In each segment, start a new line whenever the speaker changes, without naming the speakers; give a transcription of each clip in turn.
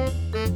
好的，好的，好的，好的，
好的，好的，好的，好的，好的，好的，
好的，好的，
好的，好的，好的，好的，好的，好的，
好的，好的，好的，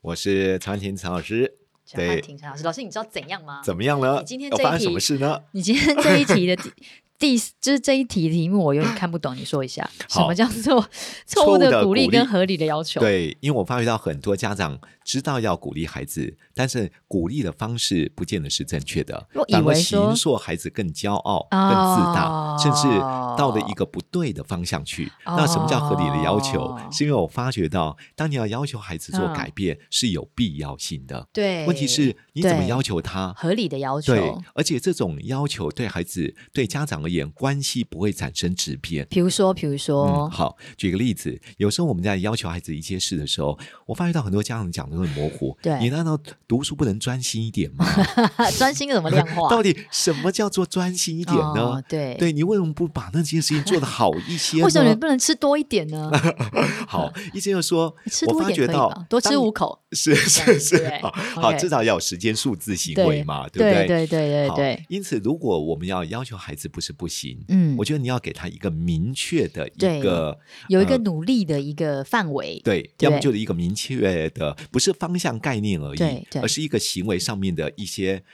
我是常婷常老师，
陈汉
对
庭陈老师，老师，你知道怎样吗？
怎么样了
你今天？
要
这一
发生什
题
么事呢？
你今天这一题的第第就是这一题题目，我有点看不懂，你说一下，什
好
么叫做错
错
误
误的
的鼓励
鼓励
跟合理的要求？，
对，因为我发觉到很多家长知道要鼓励孩子，但是鼓励的方式不见得是正确的
我，以
反而
为说
形塑孩子更骄傲、更
哦
自大，甚至到了一个不对的方向去。那什么叫合理的要求
哦？
是因为我发觉到，当你要要求孩子做
嗯
改变是有必要性的。
对，
问题是你怎么
对
要求他？
合理的要
对
求。，
而且这种要求对孩子、对家长而言，关系不会产生质变。
比如说，比如
嗯，
说，
好，举个例子，有时候我们在要求孩子一些事的时候，我发觉到很多家长讲的很模糊。
对
你难道读书不能专心一点吗？
专心怎么哦量化？
到底什么叫做专心一点呢？
哦对，
对你为什么不把那件事情做得好一些 呢？
为什么你不能吃多一点呢？
好，意思就是说，
吃
我
多
发
一点
觉
可以
到
吧？多
当
吃
你
五口。 这
是
样
是
子
是
对，
好好，
OK
至少要有时间数字行
对
为嘛，不
对
对？
对对对
好
对，
因此，如果我们要要求孩子不是不行，
嗯
我，觉得你要给他一个明确的一
对
个
有一个
呃
努力的一个范围。
对，
对
要么就是一个明确的，不是方向概念而
对
已
对，
而是一个行为上面的一些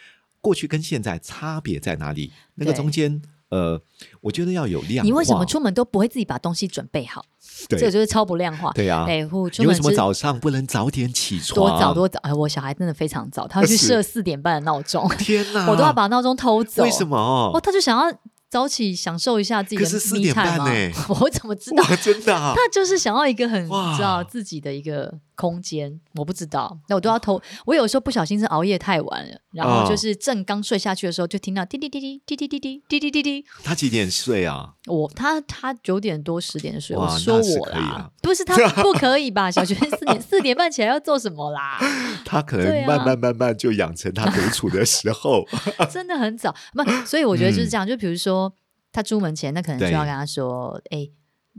过去跟现在差别在哪里？那个
对
中间，呃，我觉得要有量化。
你为什么出门都不会自己把东西准备好？这个
对
就是超不量化。
对啊？
哎，我出
你为
门
什么
之
早上不能早点起床？
多早？多早？哎，我小孩真的非常 早，他要去
是
设四点半的闹钟，
天 哪！
我都要把闹钟偷走。
为什？
哦，
么？
他就想要早起享受一下自己的
可是4
me
点
time
半
啊
呢
我怎么知道？
哇， 真的啊！
他就是想要一个很你知道
哇
自己的一个空间，我不知道，那我都要偷。我有时候不小心是熬夜太晚了，然后
哦
就是正刚睡下去的时候，就听到滴滴滴滴滴滴滴滴滴滴滴滴。
他几点睡啊？
我他他九点多十点睡，
哇
我说
那是
我
可以
啦
啊，
不是他不可以吧？小学四点四点半起来要做什么啦？
他可
对
能
啊
慢慢慢慢就养成他独处的 时候。
真的很早，不，所以我觉得就是这样。就比如说他出门前，那可能就
嗯对嗯
要跟他说，哎、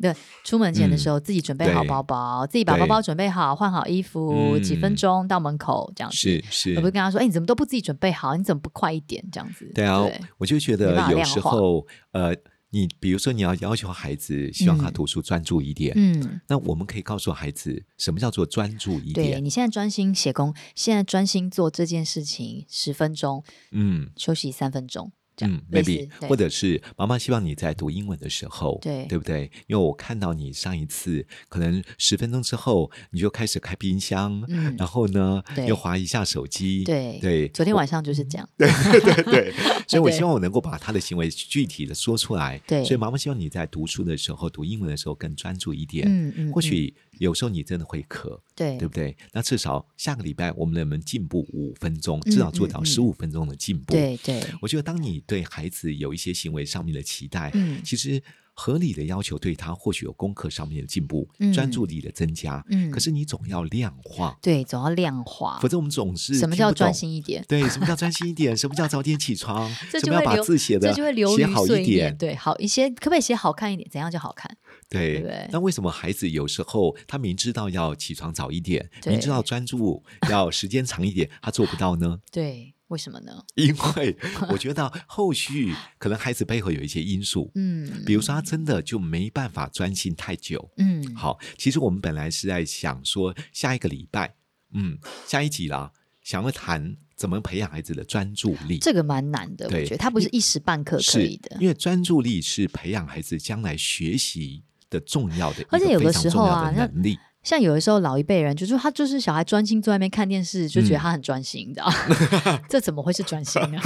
对，出门前的时候自己准备好
对
包包，自己把包包准备好，换好衣服，
嗯
几分钟到门口这样子。
是是
我不是跟他说，哎、你怎么都不自己准备好？你怎么不快一点？这样子。
对啊，我就觉
没办
得
法
有
量
时
化
候，呃，你比如说你要要求孩子，希望他
嗯
读书专注一点，
嗯，
那我们可以告诉孩子什么叫做专注一
对
点。
你现在专心写工，现在专心做这件事情十分钟，
嗯
休息三分钟，这样、
嗯
类似
，maybe，
对
或者是妈妈希望你在读英文的时候，
对
对不对？因为我看到你上一次可能十分钟之后你就开始开冰箱，
嗯
然后呢
对
又划一下手机，
对
对，
昨天晚上就是这样。
对对，所以我
对
希望我能够把他的行为具体的说出来。
对
所以妈妈希望你在读书的时候、读英文的时候更专注一点。
嗯嗯，
或
嗯
许有时候你真的会渴，
对
对不对？那至少下个礼拜我们能不能进步五分钟，至少做
嗯
到
嗯
十五分钟的进步？
对对，
我觉得当你对孩子有一些行为上面的期待，
嗯
其实合理的要求对他或许有功课上面的进步，
嗯
专注力的增加，
嗯
可是你总要量化，
对，总要量化
否。则我们总是
什么
听
叫
不懂
专心一点？
对，什么叫专心一点？什么叫早点起床？
这
什
就
么
会
要把
流
字写
这
的
就会流
写
于
好
碎
一
念，
点。
对，好一些，可不可以写好看一点？怎样叫好看？对
对
不对
那为什么孩子有时候他明知道要起床早一点，
对
明知道专注要时间长一点，他做不到呢？
对，为什么呢？
因为我觉得后续可能孩子背后有一些因素，
嗯，
比如说他真的就没办法专心太久。
嗯，
好，其实我们本来是在想说下一个礼拜，嗯，下一集啦，想要谈怎么培养孩子的专注力。
这个蛮难的，我
对
觉得它不是一时半刻可
是
以的。
因为专注力是培养孩子将来学习的重要的一个
而且有的
非常
时候
重要
啊
的
那
能力。
像有的时候老一辈人就说他就是小孩专心坐在那边看电视，就觉得
嗯
他很专心，你知道吗？ 这怎么会是 专心呢？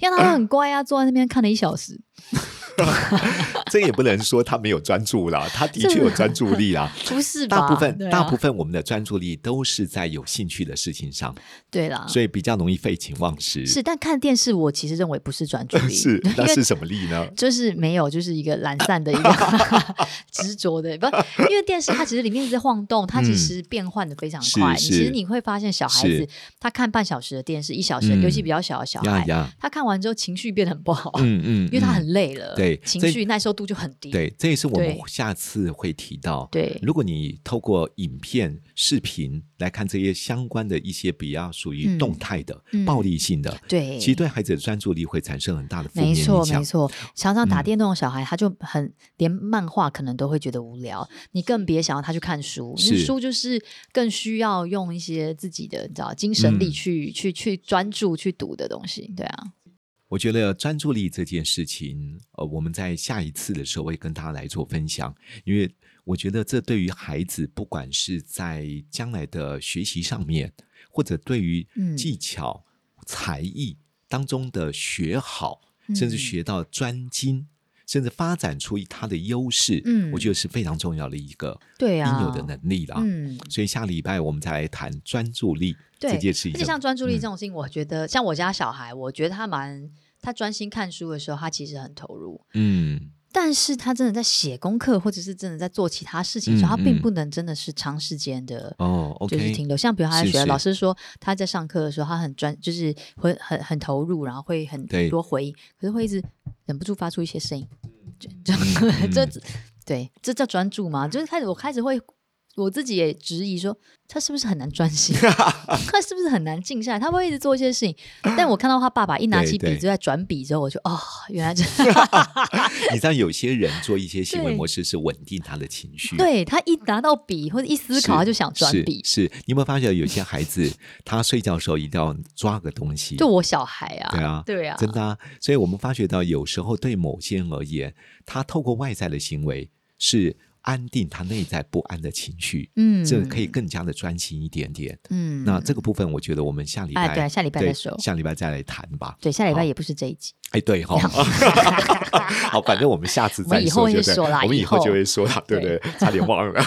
因为他很乖啊，坐在那边看了一小时。
这也不能说他没有专注啦，他 的确有专注力啦。
不 是吧？
大部分、
对啊
大部分我们的专注力都是在有兴趣的事情上，
对啦，
所以比较容易废寝忘食。
是，但看电视我其实认为不是专注力，
是，
因
那
为
是什么力呢？
就是没有，就是一个懒散的一 个执着的，不，因为电视它其实里面一直在晃动，它其实变换的非常
是
快。
嗯是
其实你会发现，小孩
是
子他看半小时的电视，一小时的，
嗯
尤其比较小的小
呀
孩，
呀，
他看完之后情绪变得很不好，
嗯嗯，
因为他
嗯
很累了，
对
情
这
绪耐受度就很低，
对，这也是我们
对
下次会提到。
对
如果你透过影片、视频来看这些相关的一些比较属于
嗯
动态的、
嗯
暴力性的，
对
其实对孩子的专注力会产生很大的负面
没错，
影
没
响。
错。常常打
嗯
电动的小孩，他就很连漫画可能都会觉得无聊，你更别想要他去看书。因为
是
书就是更需要用一些自己的，你知道，精神力
嗯
去、去去专注去读的东西。对啊，
我觉得专注力这件事情，呃，我们在下一次的时候会跟大家来做分享，因为我觉得这对于孩子，不管是在将来的学习上面，或者对于
嗯
技巧、才艺当中的学好，甚至
嗯
学到专精，甚至发展出他的优势，
嗯
我觉得是非常重要的一个
对
应
啊，
有的能力啦。
嗯，
所以下礼拜我们再来谈专注力
对
这件事情。
而且像专注力这
嗯
种事情，我觉得、像我家小孩，我觉得他蛮他专心看书的时候，他其实很投入。
嗯，
但是他真的在写功课，或者是真的在做其他事情的时候，
嗯
他并
嗯
不能真的是长时间的
哦，OK，
就是停留。像比如他在
是
学，
是
老师说他在上课的时候，他很专，就是会很很投入，然后会很
对
多回应，可是会一直忍不住发出一些声音，这
嗯
这这，对，这叫专注吗？就是开始我开始会。我自己也质疑说，他是不是很难专 心？他是不是很难静下来？他会一直做一些事情，但我看到他爸爸一拿
对
起笔
对
就在转笔之后，我就哦，原来这
你知道有些人做一些行为
对
模式是稳定他的情 绪，
对他一拿到笔或者一思
是，
考，他就想转
是
笔。
是，你有没有发觉有些孩子他睡觉的时候一定要抓个东西？
就我小孩啊，
对啊，
对啊，
真的啊。所以我们发觉到，有时候对某些人而言，他透过外在的行为是安定他内在不安的情绪，
嗯，
这可以，更加的专心一点点。
嗯，
那这个部分，我觉得我们下礼拜、
哎，对啊，下礼拜
对
再说。
下礼拜再来谈吧。
对，下礼拜
好
也不是这一集，
哎，对哈、 好，反正我们下次
我
再说，
们以后
对
会
不对
说啦
我们以后
以后
就会说啦，对不对？差点忘 了。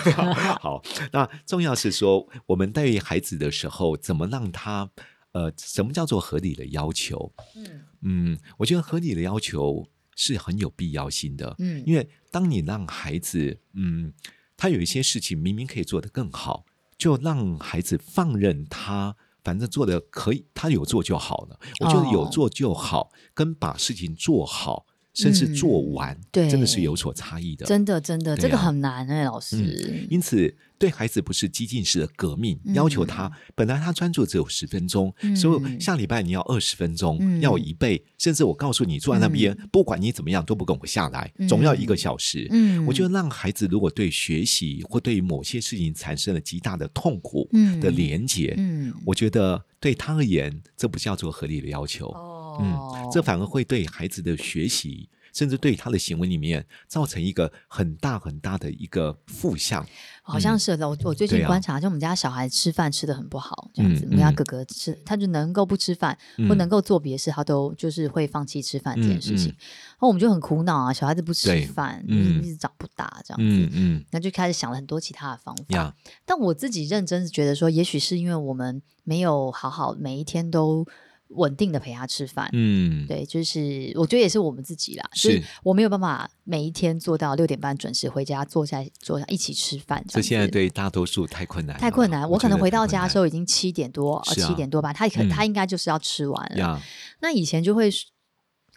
好，那重要是说，我们对于孩子的时候，怎么让他呃，什么叫做合理的要求？
嗯
嗯，我觉得合理的要求是很有必要性的，
嗯，
因为当你让孩子，嗯，他有一些事情明明可以做得更好，就让孩子放任他，反正做的可以，他有做就好了。我觉得有
哦
做就好，跟把事情做好，甚至做
嗯
完，
对
真的是有所差异的。
真的真的、
对
这个
啊
很难哎、老师，
因此，对孩子不是激进式的革命，
嗯
要求他本来他专注只有十分钟，
嗯
所以下礼拜你要二十分钟，
嗯
要一倍，甚至我告诉你坐在那边，不管你怎么样都不跟我下来，
嗯
总要一个小时。
嗯
我觉得让孩子如果对学习或对于某些事情产生了极大的痛苦
嗯
的连结，
嗯，
我觉得对他而言，这不叫做合理的要求。
哦
嗯，这反而会对孩子的学习，甚至对他的行为里面造成一个很大很大的一个负向。
好像是的。我我最
对
近
啊
观察，就我们家小孩吃饭吃的很不好，这样子。
嗯
我们家
嗯
哥哥吃，他就能够不吃饭，
嗯
不能够做别的事，他都就是会放弃吃饭这件事情。
嗯嗯
然后我们就很苦恼啊，小孩子不吃
对
饭，
嗯
一直长不大这样子。
嗯嗯
那就开始想了很多其他的方法，
呀，
但我自己认真是觉得说，也许是因为我们没有好好每一天都稳定的陪他吃饭。
嗯，
对，就是我觉得也是我们自己啦，
是
就我没有办法每一天做到六点半准时回家，坐下坐下一起吃饭样子。
这现在对大多数太困难了，
太困难，我可
觉
能
得
回
太
到
困
家的
难
时候已经七点多，呃
是啊
七点多吧，他可
嗯
他应该就是要吃完了。
呀，
那以前就会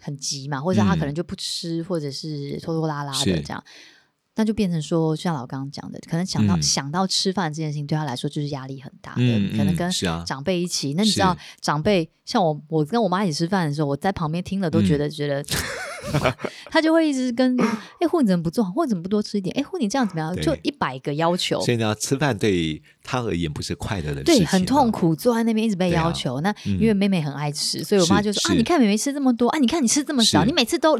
很急嘛，或者他可能
嗯
就不吃，或者是拖拖拉拉
是
的这样，那就变成说，就像老刚刚讲的，可能想到、
嗯
想到吃饭这件事情对他来说就是压力很大的，
嗯
啊可能
嗯
跟
是啊
长辈一起，那你知道
是
长辈像我，我跟我妈一起吃饭的时候，我在旁边听了都
嗯
觉得、觉得。 他就会一直跟，哎、或你怎么不做好，或你怎么不多吃一点，哎、或你这样怎么样，
对
就一百个要求，
所以呢，吃饭对他而言不是快乐的事
对，
情，
很痛。苦，坐在那边一直被
对啊
要求。那
嗯
因为妹妹很爱吃，所以我妈就
是
说
是
啊，你看妹妹吃这么多，啊，你看你吃这么少，
是
你每次都。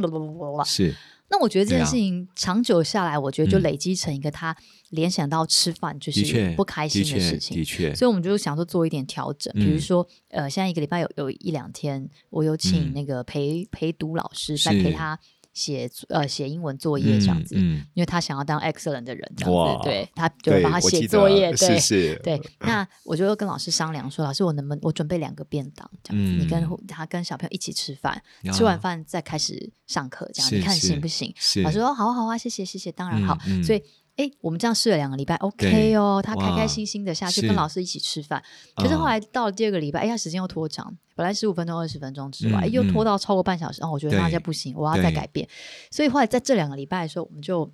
是，
那我觉得这
对
件
啊
事情长久下来，我觉得就
嗯
累积成一个她联想到吃饭就
的确
是不开心
的
的
确
事情
的。确，
所以我们就想说做一点调整，比如
嗯
说，呃，现在一个礼拜有有一两天，我有请
嗯
那个陪陪读老师在陪
是
他写呃写英文作业这样子，
嗯
因为他想要当 excellent 的人这样
哇
子，对他就会
对，
帮他
我记
写
得
作业，对
是是，
对，那我就跟老师商量说，老师，我能不能我准备两个便当，这样子，你
嗯
跟他跟小朋友一起吃饭，
呀
吃完饭再开始上课，这样
啊是
你看
是
行不行？
是
老师说好啊好啊，谢谢谢谢，当然
嗯
好。
嗯
所以哎，诶我们这样试了两个礼拜
对
，OK 哦，他开
哇
开心心的下去
是
跟老师一起吃饭。可是
啊
后来到了第二个礼拜，哎呀，时间又拖长，本来十五分钟、二十分钟之外，
嗯
哎又拖
嗯
到超过半小时，哦，我觉得那
对
这不行，我要再
对
改变。所以后来在这两个礼拜的时候，我们就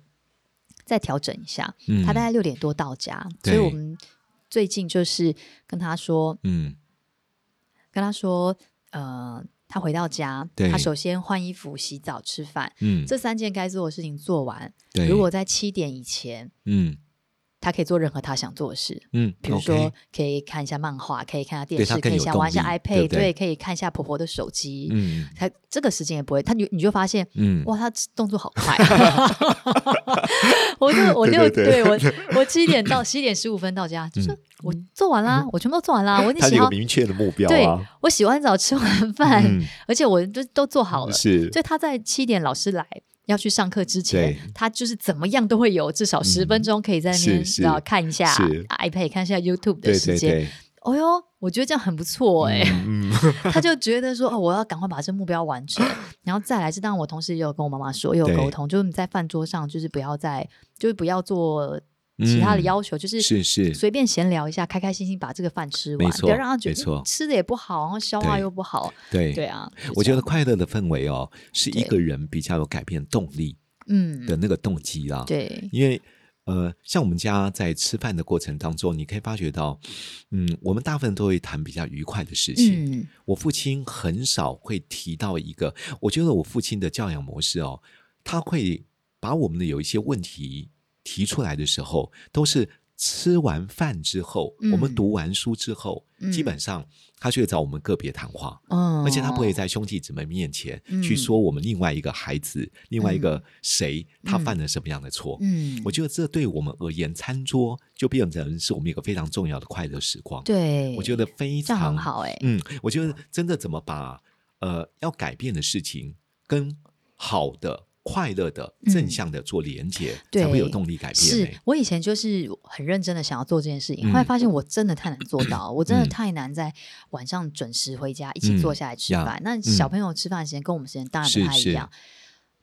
再调整一下。
嗯
他大概六点多到家，
对
所以我们最近就是跟他说，
嗯
跟他说，呃，他回到家，
对
他首先换衣服、洗澡、吃饭，
嗯，
这三件该做的事情做完。
对
如果在七点以前，
嗯
他可以做任何他想做的事。
嗯，
比如
OK，
说，可以看一下漫画，可以看下电
对
视
他，更
可以
有
下
动
玩一下
力
iPad，
对不对
可以看一下婆婆的手机。
嗯
他这个时间也不会，他你你就发现，
嗯
哇，他动作好快！啊 我就我就
对对对嗯
我我七点到七点十五分到家，就是我做完啦，我全部都做完啦，我已经
他
洗
有
好，
明确的目标
对
啊，嗯
我洗完澡吃完饭，而且我就都做好了，
是
所以他在七点老师来。要去上课之前
对，
他就是怎么样都会有至少十分钟可以在那
是
边
是
然后看一下
是
iPad，看一下 YouTube 的
对
时
对
间。
对，
哦哟，我觉得这样很不错哎、
嗯
他就觉得说，哦，我要赶快把这目标完成，然后再来是，当然我同时也有跟我妈妈说，也有
对
沟通，就是你在饭桌上，就是不要再，就是不要做其他的
嗯
要求，就是
是是
随便闲聊一下，开开心心把这个饭吃
没
完，
错
不要让他觉
没
得
错
嗯吃的也不好，然后消化
对
又不好，
对
对，啊，就
我
这
觉
样
得，快乐的氛围哦，是一
对
个人比较有改变动力
嗯，
的那个动机啊啦，
对，
因为呃，像我们家在吃饭的过程当中，你可以发觉到，嗯，我们大部分都会谈比较愉快的事情，
嗯，
我父亲很少会提到一个，我觉得我父亲的教养模式哦，他会把我们的有一些问题提出来的时候，都是吃完饭之后，
嗯
我们读完书之后，
嗯
基本上他就会找我们个别谈话。
哦，
而且他不会在兄弟姊妹面前
嗯
去说我们另外一个孩子、另外一个谁他
嗯
犯了什么样的错。
嗯，
我觉得这对我们而言，餐桌就变成是我们一个非常重要的快乐时光。
对，
我觉得非
这样
常
很好哎、
嗯，我觉得真的怎么把呃要改变的事情跟好的、快乐的、正
嗯
向的做连接，
对
才会有动力改变、
是
欸。
我以前就是很认真的想要做这件事情，
嗯
后来发现我真的太难做到，我真的
嗯
太难在晚上准时回家一起坐下来吃
呀嗯
饭。那小朋友吃饭的时间跟我们时间当然
是
不太
是
一样。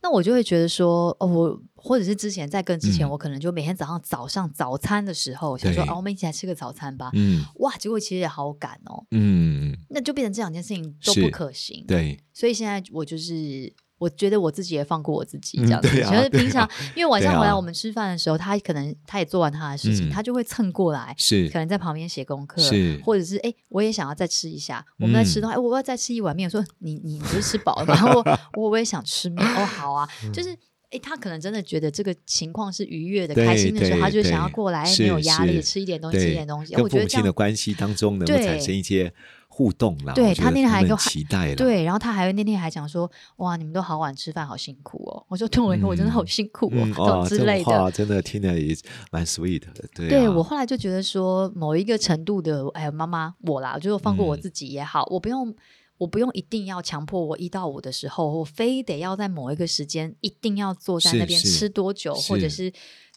那我就会觉得说，哦，我或者是之前在更之前，
嗯
我可能就每天早上早上早餐的时候，想说，
对
哦，我们一起来吃个早餐吧。
嗯
哇，结果其实也好赶哦，
嗯，
那就变成这两件事情都
是
不可行。
对，
所以现在我就是。我觉得我自己也放过我自己，这样子。
嗯对啊
就是平常，因为晚
对
上
啊
回来我们吃饭的时候，他可能他也做完他的事情，
嗯
他就会蹭过来，
是
可能在旁边写功课
是，嗯
或者是哎、诶我也想要再吃一下。我们在吃的话，哎、我要再吃一碗面。我说你你你不是吃饱了吗？ 我我我也想吃面。哦，好啊，
嗯
就是哎、诶他可能真的觉得这个情况是愉悦的、
对
开心的时候，
对
他就想要
对
过来，哎
是
没有压力，
是
吃一点东西，吃一
对
点东西。哎
跟
我
父
觉
母
得这
亲的
样。
关系当中能够产
对
生一些互动啦。
对
我觉
他
得
那天还
们
跟我
期待了，
对，然后他还那天还讲说，哇，你们都好晚吃饭，好辛苦哦。我说对我以后我真的好辛苦哦，
嗯
这种
哦，这
之
种
类
话
的。
真的听得也蛮 sweet 的，对、啊、
对我后来就觉得说，某一个程度的，哎呀，妈妈我啦，就是放过我
嗯
自己也好，我不用。我不用一定要强迫我一到五的时候，我非得要在某一个时间一定要坐在
是
那边
是
吃多久，或者
是
是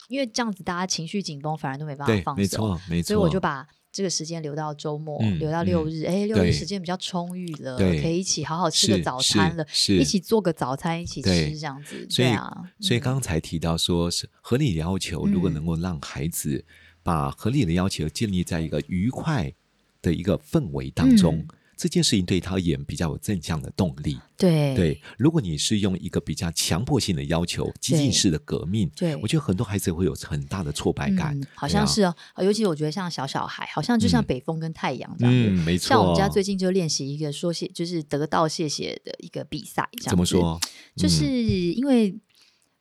因为这样子大家情绪紧绷，反而都没办法
对，
放
没
松。
错，没错，
哦所以我就把这个时间留到周末，
嗯
留到六日。哎、六
对
日时间比较充裕了，
对
可以一起好好吃
是
个早餐了，
是
一
是
起做个早餐，一起
对
吃这样子。
所以
对啊，
所以
嗯
刚才提到说是合理的要求，如果能够让孩子把合理的要求建立在一个愉快的一个氛围当中，
嗯
这件事情对他而言比较有正向的动力。
对
对，如果你是用一个比较强迫性的要求、激进式的革命，
对
我觉得很多孩子会有很大的挫败感。
嗯，好
对
像
啊
是哦、呃尤其我觉得像小小孩，好像就像
嗯
北风跟太阳这样子。
嗯，没错。
像我们家最近就练习一个说谢，就是得到谢谢的一个比赛。这样
怎么
子？
说？
就是
嗯
因为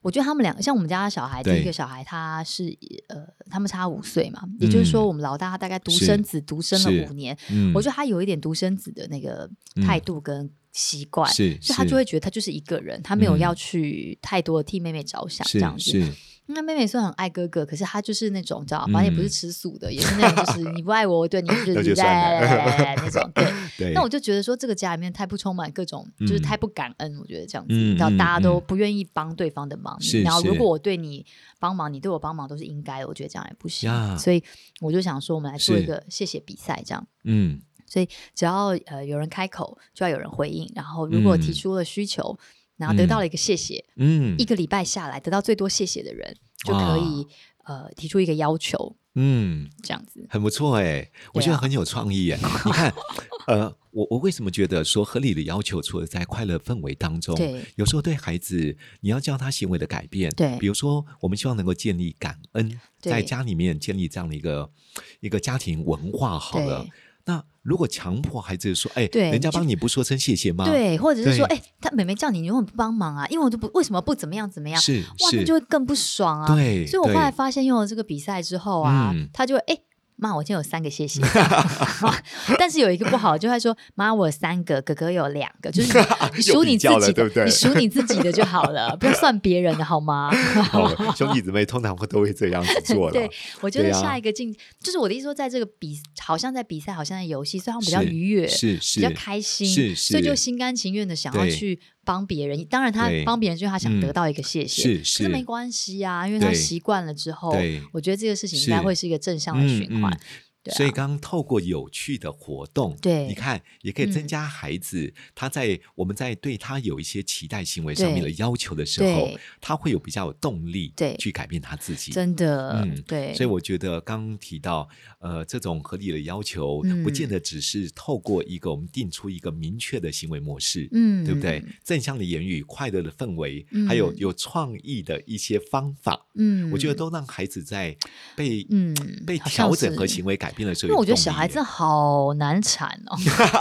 我觉得他们两个，像我们家小孩，第
对
一个小孩他是呃，他们差五岁嘛，也就是说
嗯
我们老大他大概独
是
生子独生
是
了五年，
嗯
我觉得他有一点独生子的那个态度跟习惯，
是
所以他
是
就会觉得他就是一个人，他没有
嗯
要去太多地替妹妹着想
是
这样子。
是
那妹妹虽然很爱哥哥，可是她就是那种，你知道，反正也不是吃素的，也是那种就是 你不爱我，我对你就是
嗯那就
你
算了
在那 种。对，
对，
那我就觉得说这个家里面太不充满各种，就是
嗯
太不感恩，我觉得这样子
嗯，
然后
嗯
大家都
嗯
不愿意帮对方的忙
是。
然后如
是
果我对你帮忙，你对我帮忙都是应该的，我觉得这样也不行
呀。
所以我就想说，我们来做
是
一个谢谢比赛，这样。
嗯
只要呃有人开口，就要有人回应。然后如果提
嗯
出了需求，然后得到了一个谢谢，
嗯
一个礼拜下来得到最多谢谢的人，就可以呃提出一个要求，
嗯，
这样子。
很不错哎、我
对
觉得
啊
很有创 意哎、你看，呃，我我为什么觉得说合理的要求，除了在快乐氛围当中，
对
有时候对孩子，你要教他行为的改变，
对
比如说我们希望能够建立感恩，
对
在家里面建立这样的一个一个家庭文化好了
对。
那如果强迫孩子说，哎、
对
人家
就
帮你不说声谢谢吗？，
对，或者是说，
对
哎、他妹妹叫你，你为什么不帮忙啊？因为我就不为什么不怎么样怎么样，
是
哇，那
是，
就会更不爽啊。
对，
所以我后来
对
发现用了这个比赛之后啊，
嗯
他就会哎。妈，我今天有三个谢谢， 但是有一个不好，就会说妈，我有三个，哥哥有两个， 就是你你数你自
又比较了
己的，
对不对
你数你自己的就好 了，不要算别人的好吗？
哦，兄弟姊妹通常会都会这样子做 了。
对，我觉
对
得
啊
下一个竞、就是我的意思说，在这个比好像在比赛，好像在游戏，所以他们比较
是
愉悦，
是是
比较开心，
是
所以
是
就心甘情愿的想要
对
去帮别人。当然，他
对
帮别人就是他想
嗯
得到一个谢谢，
是
可
是
是没关系啊，因为他
对
习惯了之后
对，
我觉得这个事情应
是嗯
该会是一个正向的循环。对啊
所以刚刚透过有趣的活动，
对
你看也可以增
嗯
加孩子、他在我们在对他有一些期待行为上面的
对
要求的时候
对，
他会有比较有动力，
对
去改变他自己。
真的，
嗯
对，
所以我觉得刚刚提到，呃，这种合理的要求，不见
嗯
得只是透过一个我们定出一个明确的行为模式，
嗯，
对不对？？正向的言语、快乐的氛围，还有有创意的一些方法，
嗯，
我觉得都让孩子在被
嗯
被
好像
调整和
是
行为改变的时候
因为
有动力耶，
我觉得小孩真的好难缠哦，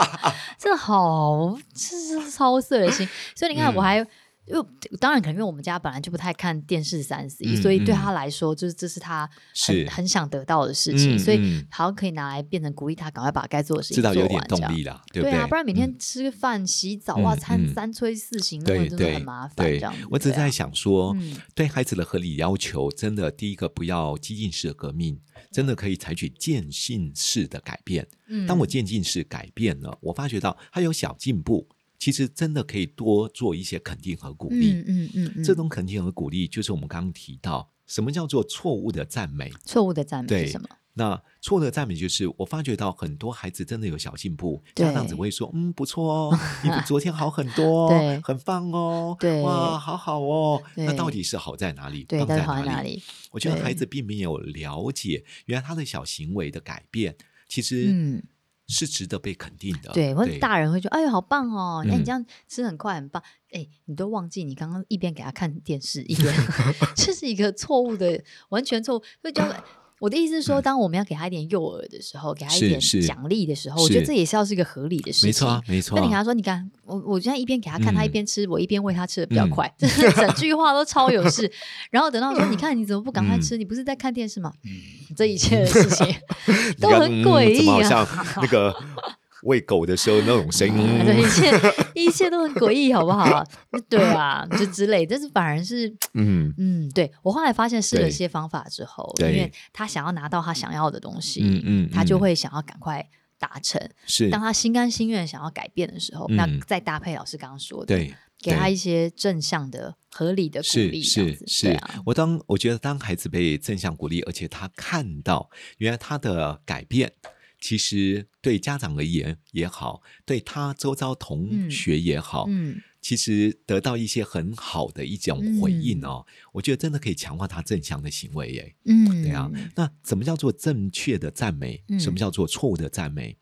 真的好，这是操碎了心。所以你看，
嗯
我还。因为当然，可能因为我们家本来就不太看电视三十一，
嗯
所以对他来说，就是这是他
是
很很想得到的事
嗯
情，所以
嗯
好像可以拿来变成鼓励他赶快把该做的事情
知
做
道
完，
有点动
这样
力啦，对不
对
对？
啊，不然每
嗯
天吃个饭、洗澡
嗯
哇，
嗯
三三催四行，那
对
么真的
对
很麻烦。这
对
样子，
我只
对
是
啊
在想说
嗯，
对孩子的合理要求，真的第一个不要激进式的革命，真的可以采取渐进式的改变。
嗯
当我渐进式改变了，我发觉到他有小进步，其实真的可以多做一些肯定和鼓励。
嗯嗯嗯嗯，
这种肯定和鼓励，就是我们刚刚提到，什么叫做错误的赞美？
错误的赞美
对
是什么？
那错误的赞美就是，我发觉到很多孩子真的有小进步，
对
家长只会说，嗯，不错哦，你比昨天好很多、哦
对，
很棒哦，
对
哇，好好哦。
对
那到底是好在哪里？
对，
棒
到底
在
好在
哪
哪
里？
里？
我觉得
对
孩子并没有了解，原来他的小行为的改变，其实
嗯
是值得被肯定的。
对，或者大人会觉得，哎呦，好棒哦！哎、
嗯
你这样吃很快，很棒。哎，你都忘记你刚刚一边给他看电视，一 边这是一个错误的，完全错误。会教 我的意思是说，当我们要给他一点诱饵的时候，给他一
嗯是
点
是
奖励的时候，我觉
是
得这也是要是一个合理的事情。
没错啊，没错
那
啊。
你跟他说，你看我，我现在一边给他看，
嗯
他一边吃，我一边喂他吃的比较
嗯
快，这 整句话都超有事。然后等到说，你看你怎么不赶快
嗯
吃？你不是在看电视吗？这一切的事 情都
你看
很
嗯
诡
怎
异
么好
啊！
像那个喂狗的时候那种声
反正
音？
一切一切都很诡异，好不好？ 对啊，就之类，但是反而是，
嗯
嗯，对我后来发现试了
对
一些方法之后，因
对
为他想要拿到他想要的东西，
嗯嗯，
他
嗯
就会想要赶快达成。
是
当他心甘情愿想要改变的时候，
嗯
那再搭配老师刚刚说的，
对。
给他
对
一些正向的、合理的鼓
是
励，这样
是
子
是，
对啊，
我当我觉得当孩子被正向鼓励，而且他看到原来他的改变，其实对家长而言也好，对他周遭同
嗯
学也好，
嗯，
其实得到一些很好的一种回应哦，我觉得真的可以强化他正向的行为耶。
嗯，
对啊，那什么叫做正确的赞美？
嗯
什么叫做错误的赞美？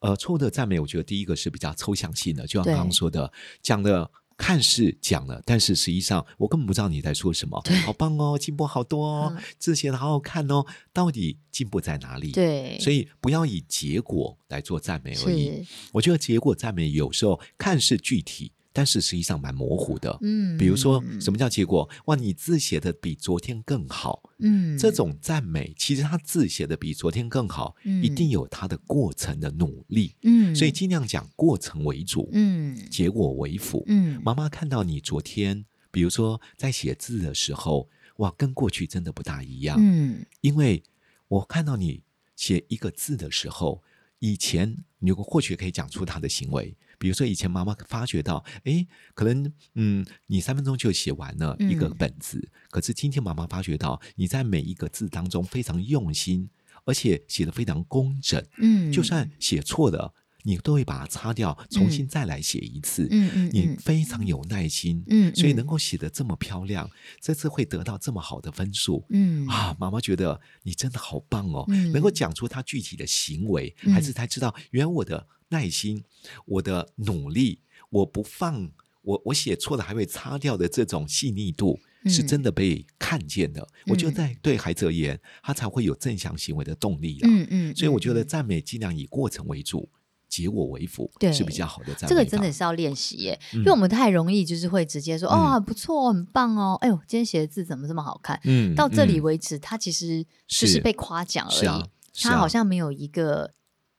呃，错误的赞美，我觉得第一个是比较抽象性的，就像
对
刚刚说的，讲的看似讲了，但是实际上我根本不知道你在说什么。好棒哦，进步好多哦，
嗯
字写的好好看哦，到底进步在哪里？，
对，
所
以
以不要以结果来做赞美而已。
是，
我觉得结果赞美有时候看似具体，但是实际上蛮模糊的。
嗯，
比如说，什么叫结果？哇，你字写的比昨天更好。
嗯，
这种赞美，其实他字写的比昨天更好，
嗯
一定有他的过程的努力，
嗯，
所以尽量讲过程为主，
嗯
结果为辅。
嗯
妈妈看到你昨天，比如说在写字的时候，哇，跟过去真的不大一样。
嗯，
因为我看到你写一个字的时候，以前你或许可以讲出他的行为，比如说以前妈妈发觉到，诶，可能嗯，你三分钟就写完了一个
嗯
本子，可是今天妈妈发觉到你在每一个字当中非常用心，而且写的非常工整，
嗯，
就算写错了，你都会把它擦掉，重新再来写一次。
嗯嗯
你非常有耐心，
嗯
所以
嗯
能够写得这么漂亮，这次会得到这么好的分数，
嗯
啊，妈妈觉得你真的好棒哦，
嗯
能够讲出她具体的行为，孩子才知道原来我的耐心、我的努力，我不放我我写错了还会擦掉的这种细腻度。是
嗯
真的被看见的，我觉得
嗯
在对孩子而言，他才会有正向行为的动力啦。
嗯嗯，
所以我觉得
嗯
赞美尽量以过程为主，结果为辅，
对
是比较好的赞美。
这个真的，是要练习耶，因
嗯
为我们太容易就是会直接说、
嗯
哦，很不错，很棒哦，哎呦，今天写的字怎么这么好看？
嗯
到这里
嗯
为止，他其实就是
是
被夸奖而已，
是啊，是
他
啊
好像没有一个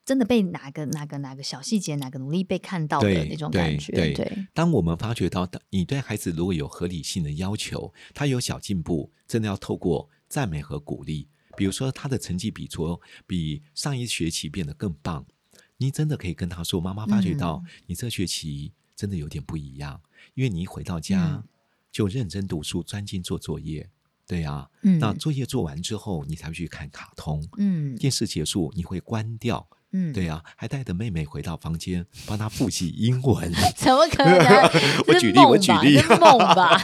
真的被哪个哪个哪个小细节、哪个努力被看到的
对
那种
对
感觉，
对
对
当我们发觉到的你对孩子如果有合理性的要求，他有小进步，真的要透过赞美和鼓励。比如说他的成绩比昨比上一学期变得更棒，你真的可以跟他说：“妈妈发觉到
嗯
你这学期真的有点不一样，因为你一回到家
嗯
就认真读书，专心做作业。”对啊，
嗯
那作业做完之后，你才会去看卡通。
嗯
电视结束，你会关掉，
嗯，
对啊，还带着妹妹回到房间，帮她复习英文。？
怎么 可能
我
这是
举例我
梦
举
吧
例
这 是梦 吧，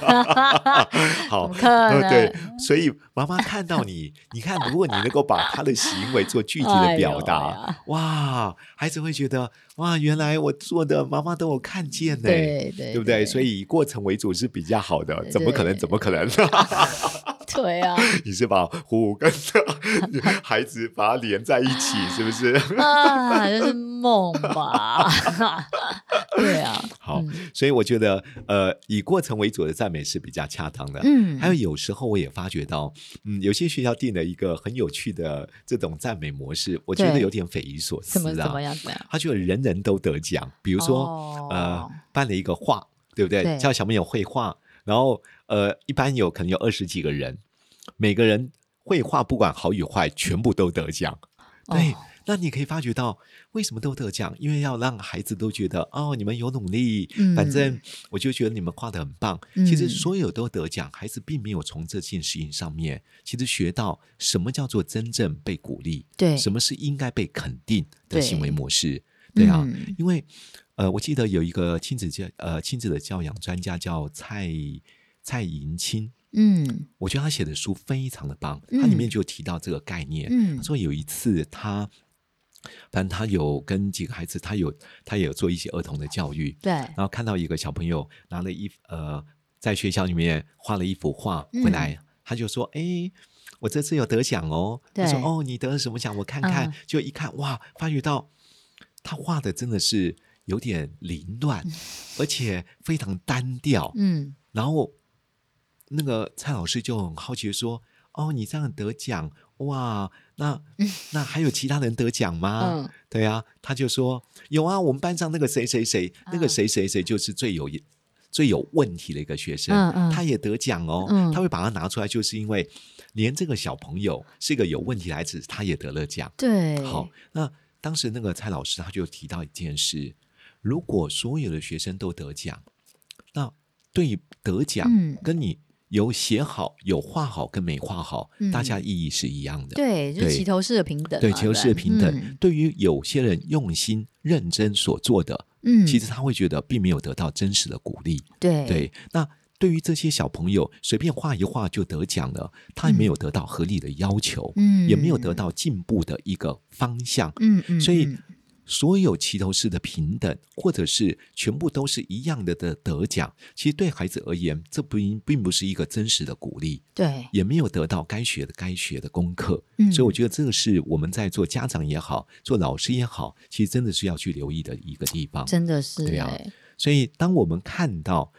好
怎么，可
呃，
能？
对，所以妈妈看到你，你看，如果你能够把她的行为做具体的表达，
哎呦哎呀
哇，孩子会觉得哇，原来我做的妈妈都有看见呢，
对对
不对？所以以过程为主是比较好的，
对
怎么可能？
对
怎么可能？
对啊，
你是把虎虎跟 孩子把它连在一起，是不是？
啊，这是梦吧？ 对 啊，
好，所以我觉得，呃，以过程为主的赞美是比较恰当的。
嗯，
还有有时候我也发觉到，嗯，有些学校定了一个很有趣的这种赞美模式，我觉得
对
有点匪夷所思
怎么怎么
啊。
样怎么样？
他觉得人人都得奖，比如说、
哦
呃，办了一个画，对不对？
对
叫小朋友绘画，然后呃，一般有可能有二十几个人，每个人绘画不管好与坏，全部都得奖。对，
哦
那你可以发觉到为什么都得奖，因为要让孩子都觉得哦，你们有努力，
嗯
反正我就觉得你们画的很棒。
嗯
其实所有都得奖，孩子并没有从这件事情上面，其实学到什么叫做真正被鼓励，
对，
什么是应该被肯定的
对
行为模式，对啊，
嗯
因为呃，我记得有一个亲子教呃亲子的教养专家叫蔡蔡银清，
嗯
我觉得他写的书非常的棒，
嗯
它里面就提到这个概念。
嗯
他说有一次他，反正他有跟几个孩子，他有他也有做一些儿童的教育，
嗯对，
然后看到一个小朋友拿了一呃，在学校里面画了一幅画
嗯
回来，他就说：“哎，我这次有得奖哦。”他说：“
对
哦，你得了什么奖？我看看。
嗯
就一看，哇，发觉到他画的真的是有点凌乱，而且非常单调。
嗯
然后那个蔡老师就很好奇地说：“哦，你这样得奖哇？那那还有其他人得奖吗？”
嗯
对啊，他就说：“有啊，我们班上那个谁谁谁，那个
嗯
谁谁谁就是最有最有问题的一个学生，
嗯嗯
他也得奖哦。
嗯
他会把它拿出来，就是因为连这个小朋友是一个有问题的孩子，他也得了奖。
对，
好，那当时那个蔡老师他就提到一件事：如果所有的学生都得奖，那对于得奖
嗯
跟你有写好、有画好跟没画好，大家
嗯
意义是一样的。
对，就是
对
齐头式的平等嘛，
对，求是平等。
嗯
对于有些人用心认真所做的，
嗯，
其实他会觉得并没有得到真实的鼓励。
对
对，那对于这些小朋友随便画一画就得奖了，他也没有得到合理的要求，
嗯
也没有得到进步的一个方向。
嗯嗯，
所以
嗯，
所有齐头式的平等，或者是全部都是一样的的得奖，其实对孩子而言，这并并不是一个真实的鼓励。
对，
也没有得到该学的该学的功课，
嗯
所以我觉得这个是我们在做家长也好，做老师也好，其实真的是要去留意的一个地方。
真的是
对啊
哎
所以当我们看到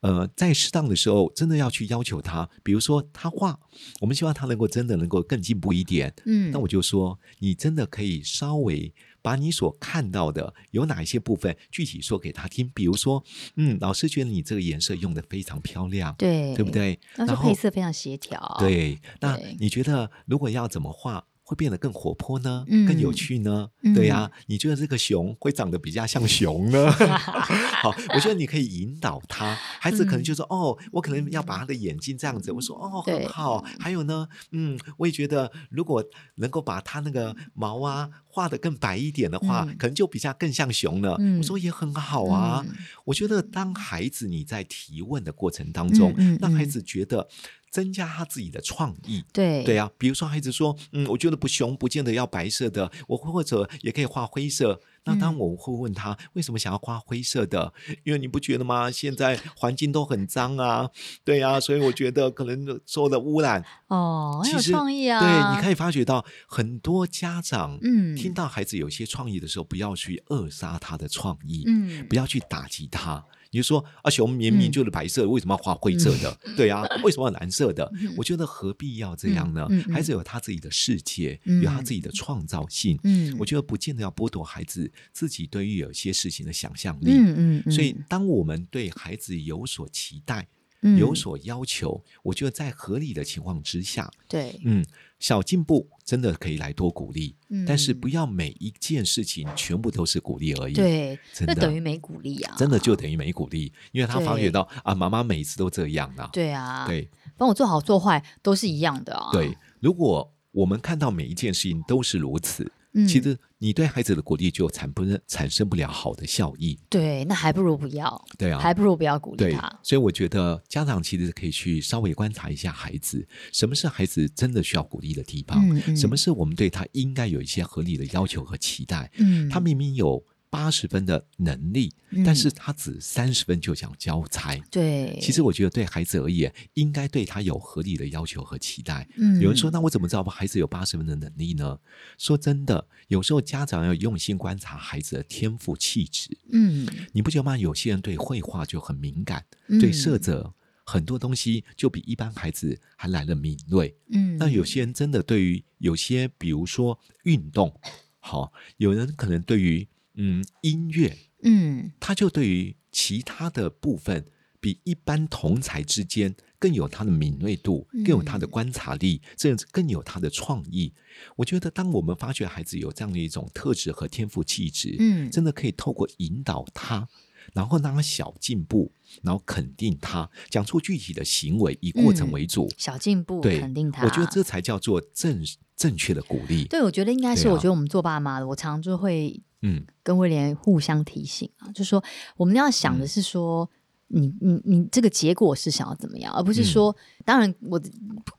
呃，在适当的时候，真的要去要求他，比如说他画，我们希望他能够真的能够更进步一点。
嗯
那我就说，你真的可以稍微把你所看到的有哪一些部分具体说给他听，比如说，嗯，老师觉得你这个颜色用的非常漂亮，
对
对不？对？
然后
然
就
后
配色非常协调，，
对，那
对
你觉得如果要怎么画？会变得更活泼呢，
嗯
更有趣呢，
嗯
对呀、你觉得这个熊会长得比较像熊呢？ 好，我觉得你可以引导他，孩子
嗯
可能就说、哦，我可能要把他的眼睛这样子，我说哦，
对
很好。还有呢，嗯，我也觉得如果能够把他那个毛啊画得更白一点的话，
嗯
可能就比较更像熊了。
嗯
我说也很好啊，
嗯
我觉得当孩子你在提问的过程当中，
嗯嗯
让孩
嗯
子觉得增加他自己的创意。
对
对啊，比如说孩子说，嗯，我觉得不熊不见得要白色的，我或者也可以画灰色。那当
嗯
我会问他为什么想要画灰色的，因为你不觉得吗？现在环境都很脏啊，对啊，所以我觉得可能受了污染。
哦，很
其
有
实
创意啊，
对，你可以发觉到很多家长，
嗯
听到孩子有一些创意的时候，不要去扼杀他的创意，
嗯
不要去打击他。你就说啊，熊明明
嗯
就是白色的，为什么要画灰色的？ 对啊，为什么要蓝色的？我觉得何必要这样呢？
嗯嗯嗯嗯
孩子有他自己的世界，
嗯
有他自己的创造性。
嗯，
我觉得不见得要剥夺孩子自己对于有些事情的想象力。
嗯嗯嗯，
所以，当我们对孩子有所期待、
嗯
有所要求，我觉得在合理的情况之下，
对，
嗯，小进步真的可以来多鼓励，
嗯
但是不要每一件事情全部都是鼓励而已。，
对，
真
那
的
等于没鼓励啊，
真的就等于没鼓励，因为他发觉到啊，妈妈每一次都这样啊。
对啊，，
对
帮我做好做坏都是一样的啊，
对，如果我们看到每一件事情都是如此，
嗯，
其实你对孩子的鼓励就产不产生不了好的效益。
对，那还不如不要，
对啊，
还不如不要鼓励
对
他，，
所以我觉得家长其实可以去稍微观察一下孩子，什么是孩子真的需要鼓励的地方，
嗯嗯
什么是我们对他应该有一些合理的要求和期待。
嗯，
他明明有八十分的能力，
嗯
但是他只三十分就想交差。
对，
其实我觉得对孩子而言，应该对他有合理的要求和期待。
嗯，
有人说：“那我怎么知道孩子有八十分的能力呢？”说真的，有时候家长要用心观察孩子的天赋气质。
嗯，
你不觉得吗？有些人对绘画就很敏感，
嗯
对色泽很多东西就比一般孩子还来的敏锐。
嗯，
那有些人真的对于有些，比如说运动，好、有人可能对于嗯音乐，
嗯
他就对于其他的部分比一般同才之间更有他的敏锐度，
嗯
更有他的观察力，甚至更有他的创意。我觉得，当我们发觉孩子有这样的一种特质和天赋气质，
嗯
真的可以透过引导他。然后让他小进步，然后肯定他，讲出具体的行为，以过程
嗯
为主，
小进步，
对，
肯定他，
我觉得这才叫做正正确的鼓励。
对，我觉得应该
对
是，我
啊
觉得我们做爸妈的，我常常就会
嗯，
跟威廉互相提醒啊，就说我们要想
嗯
的是说。你你你这个结果是想要怎么样，而不
嗯
是说，当然我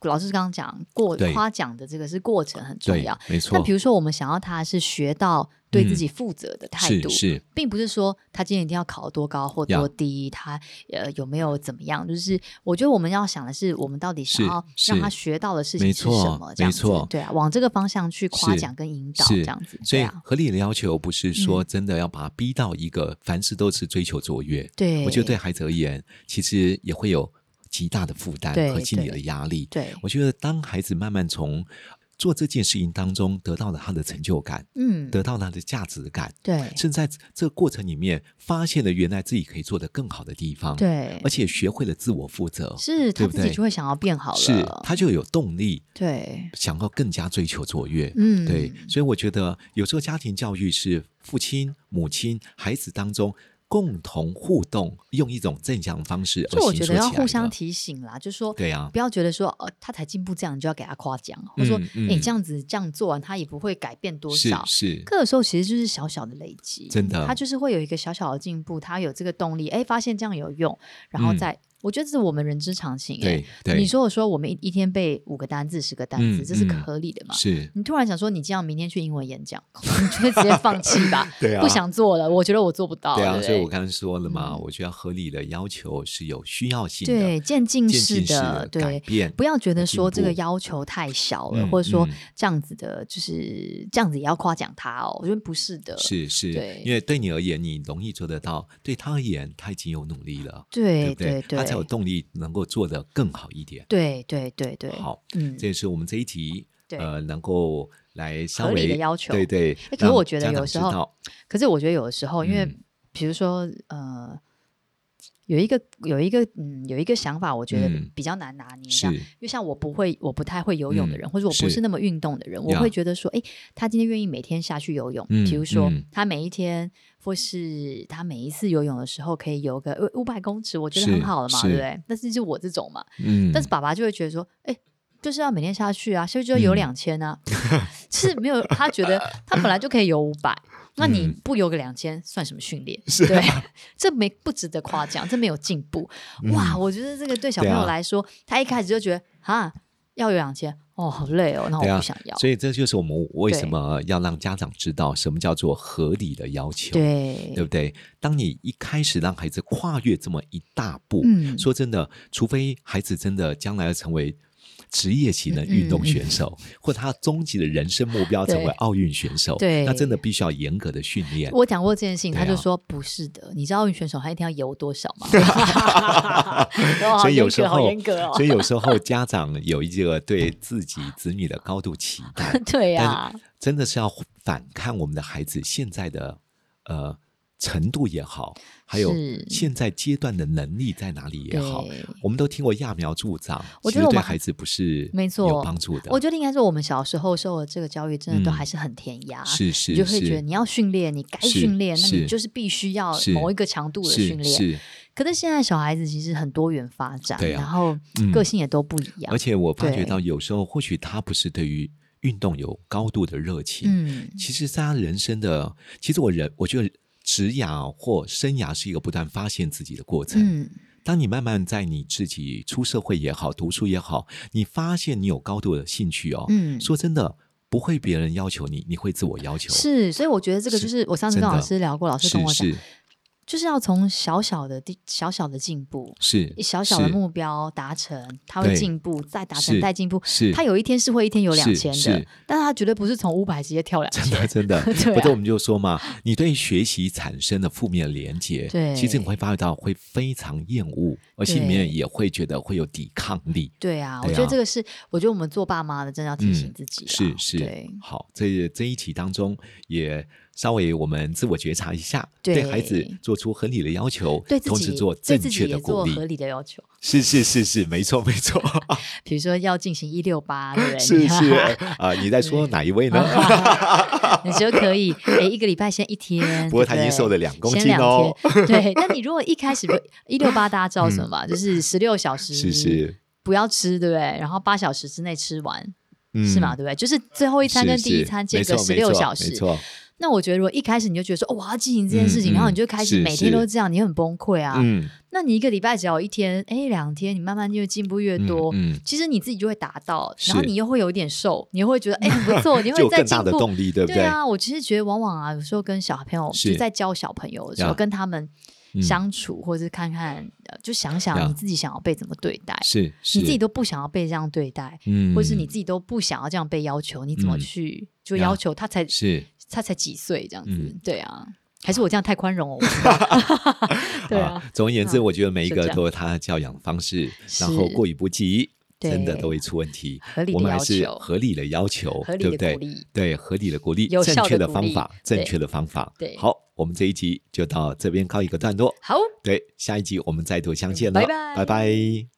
老师刚刚讲过
对
夸奖的这个是过程很重
对
要。，
没错。
那比如说，我们想要他是学到对自
嗯
己负责的态
是
度，
是，
并不是说他今天一定要考多高或
呀
多低他呃有没有怎么样，就是我觉得我们要想的是，我们到底想
是
要让他
是
学到的事情
没
是
错
什么，这样
没
子
错
对啊，往这个方向去夸
是
奖跟引导，这
是
样子，
所
对
以
啊，嗯
合理的要求不是说真的要把他逼到一个凡事都是追求卓越。
对，
我觉得对孩子而言，其实也会有极大的负担
对
和心理
对
的压力。
对，
我觉得当孩子慢慢从做这件事情当中得到了他的成就感，
嗯，
得到他的价值感，
对
甚至在这过程里面发现了原来自己可以做得更好的地方，
对
而，且学会了自我负责，
是他
对不
自己
对
就会想要变好了，
是他就有动力
对，
想要更加追求卓越。
嗯，
对，所以我觉得有时候家庭教育是父亲、母亲、孩子当中共同互动，用一种正向方式而
就我
形
觉
塑
得要
起来
互相
的
提醒啦，就说
对啊
不要觉得说哦他才进步这样你就要给他夸奖，或者说
嗯
哎你
嗯
这样子这样做完他也不会改变多
是
少，
是，
可有时候其实就是小小的累积，
真的
他就是会有一个小小的进步，他有这个动力，哎，发现这样有用，然后
嗯
再我觉得这是我们人之常情、欸。
对对，
你说我说我们一一天背五个单字、十个单字，
嗯
这是
嗯
合理的嘛？
是，
你突然想说你这样明天去英文演讲，你就会直接放弃吧？
对啊
不想做了，我觉得我做不到。
对
对
啊，
不哦对
所以我刚刚说了嘛，
嗯
我觉得合理的要求是有需要性的，
对渐进
渐
式
进式
的
改
对。
变，
不要觉得说这个
进步
要求太小了，
嗯
或者说
嗯
这样子的，就是这样子也要夸奖他哦。我觉得不是的，
是是
对，
因为对你而言你容易做得到，对他而言他已经有努力了，
对
不对？
对，
他才有动力能够做得更好一点。
对对对对，
好，
嗯，
这也是我们这一题
对
呃能够来稍
合理
微
的要求
对对。
诶可是
让
我觉得
家长
有时
知
候
道
可是我觉得有的时候，因为
嗯
比如说呃，有一个有一个嗯有一个想法，我觉得
嗯
比较难拿捏。这样
是
因为像我不会，我不太会游泳的人，
嗯
或者我不
是
是那么运动的人，我
呀
会觉得说，哎，他今天愿意每天下去游泳，
嗯
比如说、
嗯
他每一天，或是他每一次游泳的时候可以游个五百公尺，我觉得
是
很好了嘛，
是
对不对？但是就我这种嘛，
嗯，
但是爸爸就会觉得说，哎、就是要每天下去啊，下去就要游
嗯
两千啊， 是没有他觉得他本来就可以游五百，那你
嗯啊
不游个两千算什么训 练？对， 这没不值得夸奖，这没有进步。哇，我觉得这个对小朋
嗯对啊
友来说，他一开始就觉得啊，要游两千哦，好累哦，那
对
我
啊
不想要。
所以这就是我们为
对
什么要让家长知道什么叫做合理的要求。
对
对不对？当你一开始让孩子跨越这么一大步，
嗯
说真的，除非孩子真的将来要成为职业型的运动选手，或他终极的人生目标成为
嗯对
奥运选手，
对
那真的必须要严格的训练。
我讲过这件事情，
对
他就
啊
说不是的，你知道奥运选手他一天要游多少 吗？ 哇
所以有
哦严
时
格好
候
严格，哦
所以有时候家长有一个对自己子女的高度期 待，
对啊呀、
但是真的是要反看我们的孩子现在的呃程度也好，还有
是
现在阶段的能力在哪里也好
对，
我们都听过揠苗助长，
我
其
觉得
实
我
对
们
孩子不是
没错
有帮助的。
我觉得应该是我们小时候受的这个教育，真的都
嗯
还是很填鸭，
是是
你就会觉得
是
你要训练，你该
是
训练，那
是
你就是必须要
是
某一个强度的训
是
练。
是，
可是现在小孩子其实很多元发展，
对啊
然后
嗯
个性也都不一样，
而且我发觉
对
到有时候或许他不是对于运动有高度的热情，
嗯，
其实，在他人生的，其实我人我觉得职涯或生涯是一个不断发现自己的过程。
嗯，
当你慢慢在你自己出社会也好，读书也好，你发现你有高度的兴趣哦，
嗯
说真的，不会别人要求你，你会自我要求，
是，所以我觉得这个
是
就是我上次
真
跟老
的
师聊过，老师跟
是
我讲，
是
就是要从小小的地、小小的进步。
是
小小的
是
目标达成，他
对
会进步，再达成，
是
再进步。
是
他有一天是会一天有两
是
千的
是，
但他绝对不是从五百直接跳两
真
千。
的，真的，
对啊
否则我们就说嘛，你对学习产生的负面连结，
对
其实你会发觉到会非常厌恶，而心里
对
面也会觉得会有抵抗力。
对啊，我
对
觉得
啊
这个是，我觉得我们做爸妈的真的要提醒
嗯
自己、
是
啊
是
对，
好，这这一题当中也稍微我们自我觉察一下，
对
孩子做出合理的要求，
对自
同
己
时做
对
正
自己
确的
也
鼓
做
励
合，理的要求，
是是是是，没错没错，
比如说要进行一六 八，对不对？
是
你
是啊、你在说哪一位 呢？
啊你就可以哎，一个礼拜先一天。
不过
对
他已经
对
瘦了两公
先
斤
两
哦，嗯
天对，但你如果一开始一六八，大家知道什么吧？就是十六小时，
是是，
不要吃，对不对？然后八小时之内吃完，
嗯，
是吗？？对不对？就是最后一
一
餐跟第一餐间隔十六小时
没，错，
那我觉得，如果一开始你就觉得说，哦，我要进行这件事情，
嗯嗯
然后你就开始
是
每天都
是
这样，你很崩溃啊。
嗯，
那你一个礼拜只要有一天，哎，两天，你慢慢越进步越
嗯
多，
嗯
其实你自己就会达到，
是
然后你又会有一点瘦，你又会觉得哎很不 错，你
就
会
有
再
更
进
大的
步。
动力，对不
对啊，我其实觉得往往啊，有时候跟小朋友
是
就在教小朋友的时候，
呀
跟他们
嗯
相处，或者是看看，呃就想
呀
想你自己想要被怎么对待，
是是，
你自己都不想要被这样对待，
嗯
或是你自己都不想要这样被要求，你怎么
嗯
去就
呀
要求他才
是
他才几岁这样子，
嗯
对啊，还是我这样太宽容了我不知 道，对啊，。
总而言之，
啊
我觉得每一
是
个
这样
都有他的教养方式，然后
是
过于不及，真的
对
都会出问题。
合理的
我们还
要
是
求
合理的要求，
合理的
对不对
鼓励？
对，合理的鼓励，
有
正
效的
确的
鼓
方
励
法，正
对
确的方法。
对
好，我们这一集就到这边告一个段落。
好。
对，下一集我们再度相见了，
拜拜
拜拜